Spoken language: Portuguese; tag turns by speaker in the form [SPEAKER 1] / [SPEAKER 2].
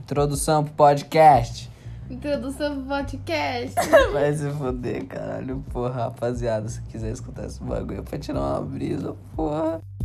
[SPEAKER 1] Introdução pro podcast.
[SPEAKER 2] Introdução pro podcast.
[SPEAKER 1] Vai se foder, caralho. Porra, rapaziada, se quiser escutar esse bagulho é pra tirar uma brisa, porra.